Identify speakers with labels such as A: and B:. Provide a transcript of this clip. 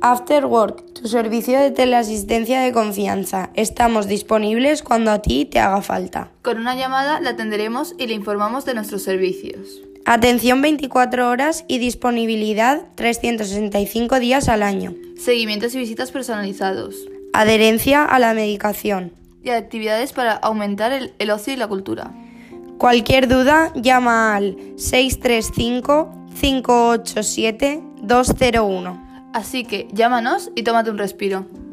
A: After Work, tu servicio de teleasistencia de confianza. Estamos disponibles cuando a ti te haga falta.
B: Con una llamada la atenderemos y le informamos de nuestros servicios.
A: Atención 24 horas y disponibilidad 365 días al año.
B: Seguimientos y visitas personalizados.
A: Adherencia a la medicación.
B: Y actividades para aumentar el, el ocio y la cultura.
A: Cualquier duda, llama al 635-587-201.
B: Así que llámanos y tómate un respiro.